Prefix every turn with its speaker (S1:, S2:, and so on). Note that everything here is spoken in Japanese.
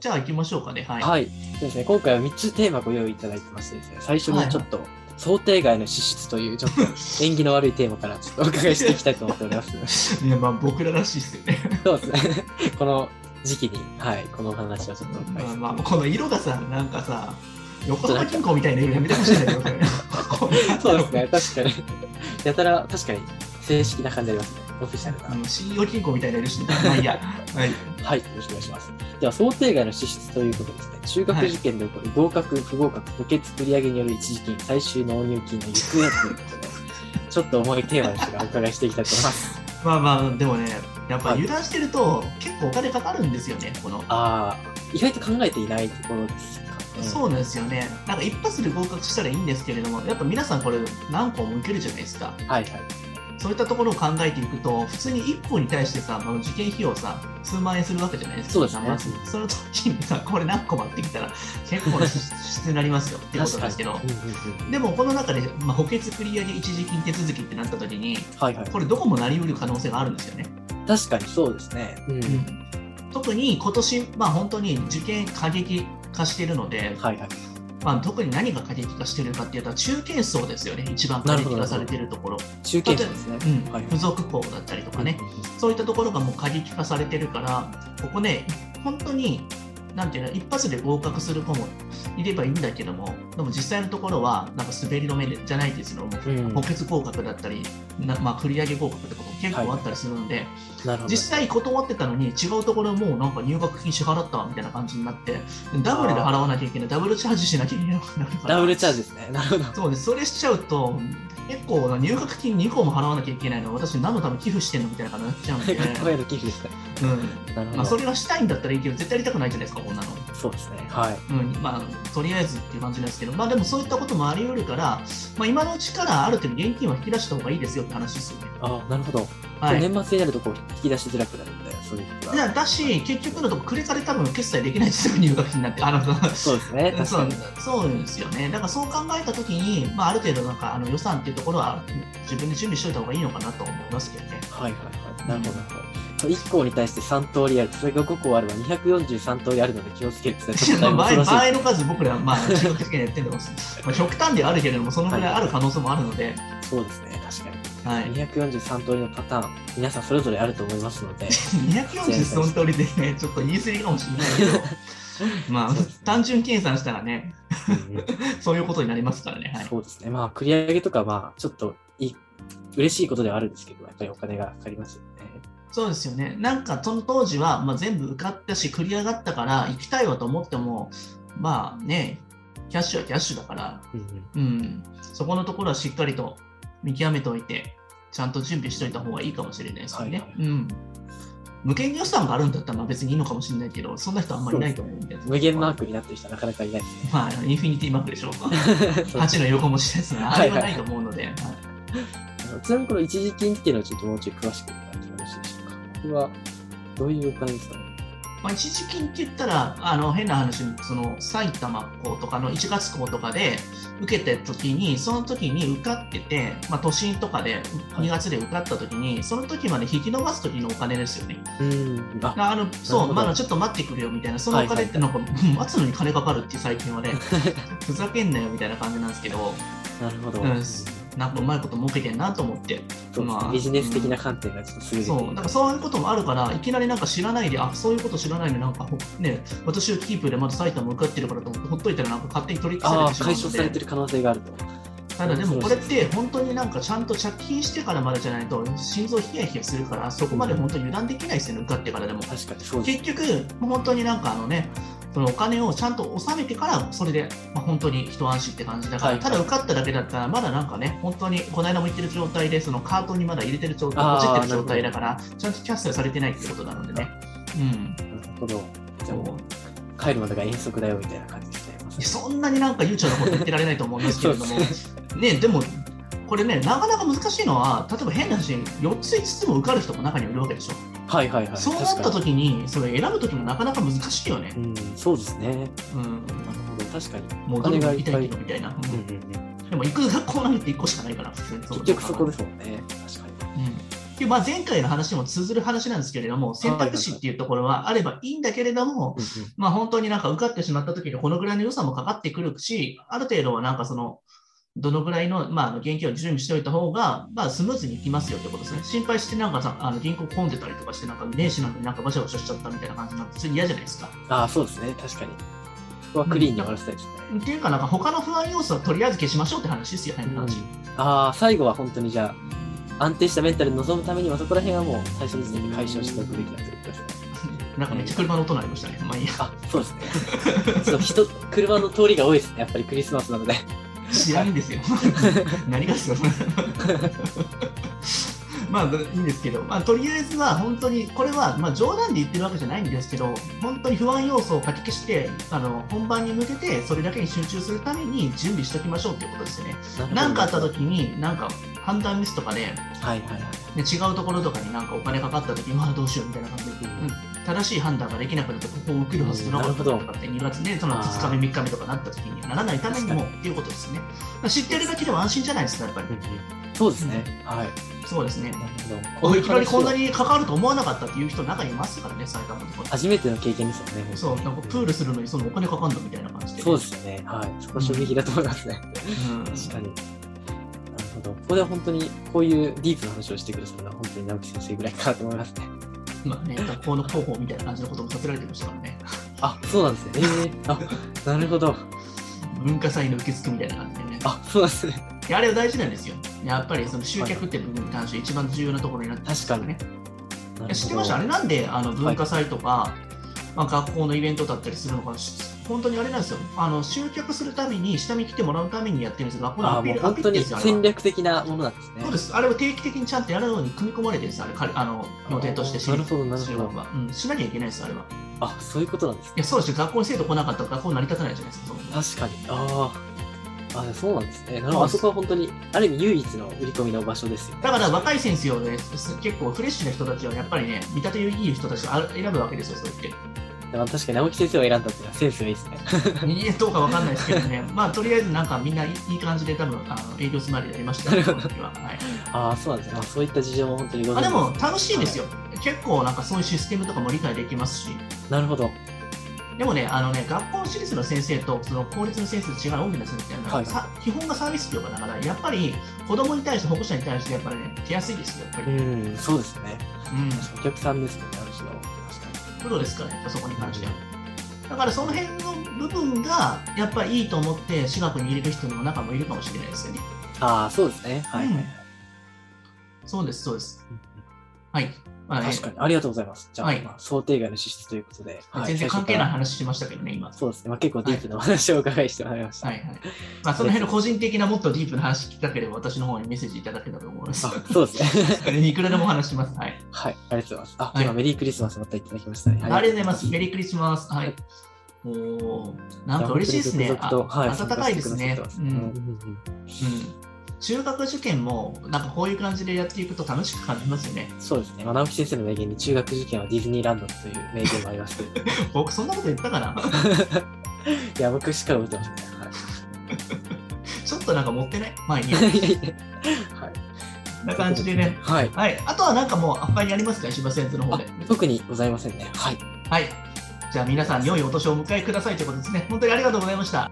S1: じゃあ行きましょうかね。はい。
S2: はい。そうですね、今回は3つテーマご用意いただいてましてですね、最初にちょっと、想定外の支出という、ちょ っと縁起の悪いテーマからちょっとお伺いしていきたいと思っております。
S1: いや、まあ僕ららしいですよね。
S2: そうですね。この時期に、はい、このお話をちょっとお伺いし
S1: ま
S2: た
S1: あ
S2: い
S1: まあ、この色がさ、なんかさ、横浜銀行みたいな色やめてほしいんだけど、これ
S2: そうですね、確かに。やたら、確かに、正式な感じありますね。オフィシャル な。
S1: あの信用金庫みたいな色してた。まあいいや。はい。
S2: はい、よろしくお願いします。では、想定外の支出ということですね。中学受験で起こる合格、不合格、補欠繰り上げによる一時金、最終納入金の行方ということで、ちょっと重いテーマですが、お伺いしていきたいと思います。
S1: まあまあ、でもね、やっぱ
S2: はい
S1: 油断してると、結構お金かかるんですよね、この。
S2: ああ、意外と考えていないところですか、ね。
S1: そうなんですよね。なんか一発で合格したらいいんですけれども、やっぱ皆さんこれ何個も受けるじゃないですか。
S2: はいはい。
S1: そういったところを考えていくと、普通に1個に対してさ、まあ、受験費用さ、数万円するわけじゃないですか。
S2: そうですね
S1: まあその時にさ、これ何個もあってきたら、結構な支支出になりますよっていうことなんですけど、
S2: うんうんうん
S1: でもこの中で、まあ、補欠繰り上げ一時金手続きってなった時に、
S2: はいはい。
S1: これどこもなりうる可能性があるんですよね。
S2: 確かにそうですね。うん。
S1: 特に今年、まあ、本当に受験過激化しているので、
S2: はいはい。
S1: まあ、特に何が過激化してるかっていうと中堅層ですよね一番過
S2: なるほ
S1: 激
S2: ど
S1: 化されてるところ、
S2: 中堅者ですね。
S1: うん
S2: はい
S1: 付属校だったりとかね、。そういったところがもう過激化されてるからここね本当になんていうの一発で合格する子もいればいいんだけどもでも実際のところはなんか滑り止めじゃないですけども
S2: うんうん。
S1: 補欠合格だったり、なまあ、繰り上げ合格とかも結構あったりするので、
S2: なるほど。
S1: 実際断ってたのに違うところもうなんか入学金支払ったわみたいな感じになってダブルで払わなきゃいけないダブルチャージしなきゃいけなくなるから
S2: ダブルチャージですね。なるほど。
S1: そうですそれしちゃうと結構な入学金2個も払わなきゃいけないの私何のために寄付してんのみたいな感じになっちゃうんで、
S2: 学校への寄付ですか。なる
S1: う
S2: ほ
S1: ん
S2: ど。
S1: まあ、それがしたいんだったらいいけど絶対やりたくないじゃないですかこんなの、
S2: そうですね。はい。
S1: うんまあ、とりあえずっていう感じなんですけど、まあ、でもそういったこともあり得るから、まあ、今のうちからある程度現金は引き出した方がいいですよって話ですよね。
S2: ああ、なるほど。
S1: はい
S2: 年末になるとこう引き出しづらくなるみたいな、そういうこと
S1: いやだし、結局のところ、クレカで多分決済できないですよ、入学費になって。あの
S2: そうですね。確
S1: そ
S2: か
S1: う
S2: に。
S1: そうなんですよね。だからそう考えたときに、まあ、ある程度なんかあの予算っていうところは自分で準備しといた方がいいのかなと思いますけどね。
S2: はいはいはい。なるほど。なるほど1項に対して3通りある、それが5項あれば243通りあるので気をつけるってちょっと だいぶ
S1: 場合
S2: 恐ろしい
S1: 場合の数、僕らはまあ中学試験やってるのも、まあ、極端ではあるけれども、そのぐらいある可能性もあるので、
S2: そうですね、確かに。
S1: はい、
S2: 243通りのパターン、皆さんそれぞれあると思いますので、
S1: 240その通りでね、ちょっと言い過ぎかもしれない けど、まあ、単純計算したらね、
S2: うん うん
S1: そういうことになりますからね。はい
S2: そうですね、まあ、繰り上げとか、まあ、ちょっといい嬉しいことではあるんですけど、やっぱりお金がかかりますよね。
S1: そうですよね。なんかその当時は、まあ、全部受かったし、繰り上がったから、行きたいわと思っても、まあね、キャッシュはキャッシュだから、
S2: うんうん
S1: うん、そこのところはしっかりと見極めておいて、ちゃんと準備しておいた方がいいかもしれないですよね。
S2: はいはい
S1: うん無限に予算があるんだったらまあ別にいいのかもしれないけど、そんな人あんまりいないと思うんで。
S2: 無限マークになってる人はなかなかいないですね。
S1: まあ、インフィニティマークでしょう か。
S2: そう
S1: 8の横文字ですね。あ
S2: はい
S1: れ
S2: は
S1: はいないと思うので。はい
S2: あのちなみにこの一時金っていうのはちょっともうちょい詳しく伺ってもよろしいでしょうか。これはどういうお金ですかね。
S1: まあ、一時金って言ったら、あの変な話、その埼玉校とかの1月校とかで受けた時に、その時に受かってて、まあ、都心とかで
S2: はい
S1: 2月で受かった時に、その時まで引き伸ばす時のお金ですよね。
S2: うん。あ、
S1: あの
S2: な
S1: そ
S2: るほ
S1: う、
S2: ど
S1: まだちょっと待ってくれよみたいな、そのお金ってなんか、うん待つのに金かかるっていう最近はね、ふざけんなよみたいな感じなんですけど、
S2: なるほど。
S1: うんなんかうまいこと儲けてんなと思って。
S2: そうです
S1: まあ
S2: ね、ビジネス的な観点がちょっとすぐ
S1: そう
S2: て
S1: なん
S2: る
S1: かそういうこともあるから、いきなりなんか知らないで、あそういうこと知らないで、なんかほね、私をキープでまた埼玉受かってるからと思って、ほっといたら、なんか勝手に取り消され
S2: ああ、
S1: てしまう
S2: 解消され
S1: の
S2: て
S1: で、
S2: る可能性があると。
S1: ただでもこれって、本当になんかちゃんと着金してからまでじゃないと、心臓ヒヤヒヤするから、そこまで本当に油断できないですよね、受かってからでも。
S2: 確かにそうです。
S1: 結局、本当になんかあのね、そのお金をちゃんと納めてから、それで、まあ、本当に一安心って感じだから、
S2: はい
S1: ただ受かっただけだったら、まだなんかね、本当にこの間も言ってる状態で、そのカートにまだ入れてる状態、
S2: あー
S1: ポチってる状態だから、ちゃんとキャッシュされてないってことなのでね。うん、
S2: なるほど。じゃあ
S1: そ
S2: も
S1: う
S2: う帰るまでが遠足だよみたいな感じですね。まさに
S1: そんなになんか悠長なこと言ってられないと思うんですけれども
S2: そう、
S1: ね、でも、これね、なかなか難しいのは、例えば変な話、4つ5つも受かる人も中にはいるわけでしょ。
S2: はいはいはい。
S1: そうなった
S2: 確か
S1: 時に、それ選ぶ時もなかなか難しいよね。
S2: にうん、そうですね。なる
S1: うん、
S2: ほど。確かに。
S1: もうどれも行きたいけどみたいな。
S2: う
S1: うんん
S2: うんうん。
S1: でも行く学校なんて1個しかないから、普通に。
S2: 結局そこですすもんね。確かに。
S1: うんでまあ、前回の話にも通ずる話なんですけれども、選択肢っていうところはあればいいんだけれども、まあ、本当になんか受かってしまった時にこのぐらいの予算もかかってくるし、ある程度はなんかその、どのぐらいの、まああの、現金を準備しておいた方が、まあ、スムーズにいきますよってことですね。心配してなんかさ、あの銀行混んでたりとかして、なんか年始なんかになんかバシャバシャしちゃったみたいな感じになって、それ嫌じゃないですか。
S2: ああ、そうですね。確かに。そこはクリーンに終わらせたいですね。
S1: っていうか、なんか他の不安要素はとりあえず消しましょうって話ですよね、
S2: うん
S1: 話。
S2: ああ、最後は本当にじゃあ、安定したメンタルに臨むためには、そこら辺はもう最初の時点で解消しておくべきだということですね。
S1: なんかめっちゃ車の音鳴りましたね。まあいいや。
S2: あ、そ うですね。ちょっと人、車の通りが多いですね。やっぱりクリスマスなので。
S1: 知らんですよ。何がですか、それまあ、いいんですけど、まあ、とりあえずは本当に、これは、まあ、冗談で言ってるわけじゃないんですけど、本当に不安要素をかき消して、あの本番に向けて、それだけに集中するために準備しておきましょうっていうことですよね。何かあった
S2: と
S1: 時に、なんか判断ミスとかで、
S2: はいはいは
S1: で
S2: い。
S1: 違うところとかになんかお金かかった時に、まあどうしようみたいな感じで、うん正しい判断ができなくなって、ここを受けるはずじゃなかった
S2: うんなる
S1: と
S2: ほど
S1: かって、2月ね、その
S2: あー
S1: 2日目、3日目とかなった時にはならないためにもっていうことですね。知ってるだけでも安心じゃないですか、やっぱり。
S2: そうですね。はい。
S1: そうですね。
S2: なる
S1: こ
S2: ほど。
S1: ういきなりこんな
S2: に。
S1: に関わると思わなかったっていう人、中にいますからね、埼玉のところ。
S2: 初めての経験ですよね。
S1: そう、なんかプールするのにそのお金かかんのみたいな感じで。
S2: そうですよね。はい。そこは衝撃だと思いますね。
S1: うん
S2: 確かに。なるほど。ここで本当にこういうディープな話をしてくれそうな本当に直木先生ぐらいかなと思いますね。
S1: まあね、学校の広報みたいな感じのこともさせられてましたからね。
S2: あ、そうなんですね。えー、あ、なるほど。
S1: 文化祭の受付みたいな感じでね。
S2: あ、そうなんですね。
S1: いやあれは大事なんですよ。やっぱりその集客って部分に関して一番重要なところになってますからね。いや知ってましたあれなんであの文化祭とか、まあ、学校のイベントだったりするのかし本当にあれなんですよあの集客するために下見来てもらうためにやってるんですよ学校の
S2: あ
S1: アピー
S2: もう
S1: ルア
S2: 本
S1: ピール
S2: 当
S1: で
S2: に
S1: すよあれは
S2: 戦略的なものなんですね。
S1: そうですあれは定期的にちゃんとやるように組み込まれてるんですよあれ彼あの予定として
S2: なるほどなるほど
S1: 中国は、うん、しなきゃいけないですあれは
S2: あ、そういうことなんです
S1: い
S2: ね。
S1: やそうですよ学校に生徒来なかったら学校成り立たないじゃないですかその
S2: 確かに。ああ。あ、そうなんですね。なる
S1: そう
S2: ほど。
S1: で
S2: あ
S1: す
S2: そこは本当に、ある意味唯一の売り込みの場所ですよね。
S1: だから若い先生をねす結構フレッシュな人たちはやっぱりね見立ていい人たちがあ選ぶわけですよそう言って
S2: だから確かに直木先生を選んだっていうのはセンスがいいですね。
S1: いやどうかわかんないですけど ね、まあとりあえずなんかみんないいいい感じで多分あの営業スマイルやりましたよ、その時は。はい、
S2: ああ、そうなんですね。あそういった事情も本当にござ
S1: あ
S2: い
S1: で
S2: ま
S1: も
S2: す。
S1: 楽しいですよ、結構なんかそういうシステムとかも理解できますし、
S2: なるほど。
S1: でもね、あのね学校の私立の先生とその公立の先生と違う大きな先生って、
S2: はい
S1: さ基本がサービス業だから、やっぱり子供に対して保護者に対してやっぱりね、手安いですよ、やっぱり。
S2: う
S1: うん
S2: ん、そうですね。お客さんですね、ある種の。
S1: プロですから、やっぱそこに関しては。だからその辺の部分がやっぱりいいと思って、私学に入れる人の中もいるかもしれないですよね。
S2: ああ、そうですね。はい。
S1: うんそうです、そうです。はい。まあね
S2: 確かに。ありがとうございます。じゃあ、
S1: はい
S2: まあ想定外の支出ということで。はい
S1: 全然関係ない。
S2: 最初か
S1: 話しましたけどね、今。
S2: ら
S1: は
S2: そうですね。まあ、結構ディープなお話をお伺いしてもらいました。
S1: いはい。まあ、その辺の個人的なもっとディープな話聞きたければ、私の方にメッセージいただけたと思い ます。
S2: あそうですね。
S1: いくらでもお話します。はい。
S2: はい。ありがとうございます。あ、
S1: はい
S2: 今、メリークリスマスまたいただきましたね。
S1: ありがとうございます。メリークリスマス。はい。おーなんか嬉しいですね。あ
S2: 続々とはい
S1: 暖かいですね
S2: 参加。し
S1: う
S2: てくださってます
S1: ん。うん中学受験も、なんかこういう感じでやっていくと楽しく感じますよね。
S2: そうですね。まあ、直木先生の名言に中学受験はディズニーランドという名言もありますけど、い
S1: 僕、そんなこと言ったかな
S2: や、僕しか覚えてませんね。はい
S1: ちょっとなんか持 ってない前 に。
S2: いやいやはい。
S1: な感じでね。
S2: はい。
S1: はい。あとはなんかもう、あっぱにありますか石橋先生の方
S2: あ
S1: で。
S2: 特にございませんね。はい。
S1: はい。じゃあ皆さん、良いお年をお迎えくださいということですね。本当にありがとうございました。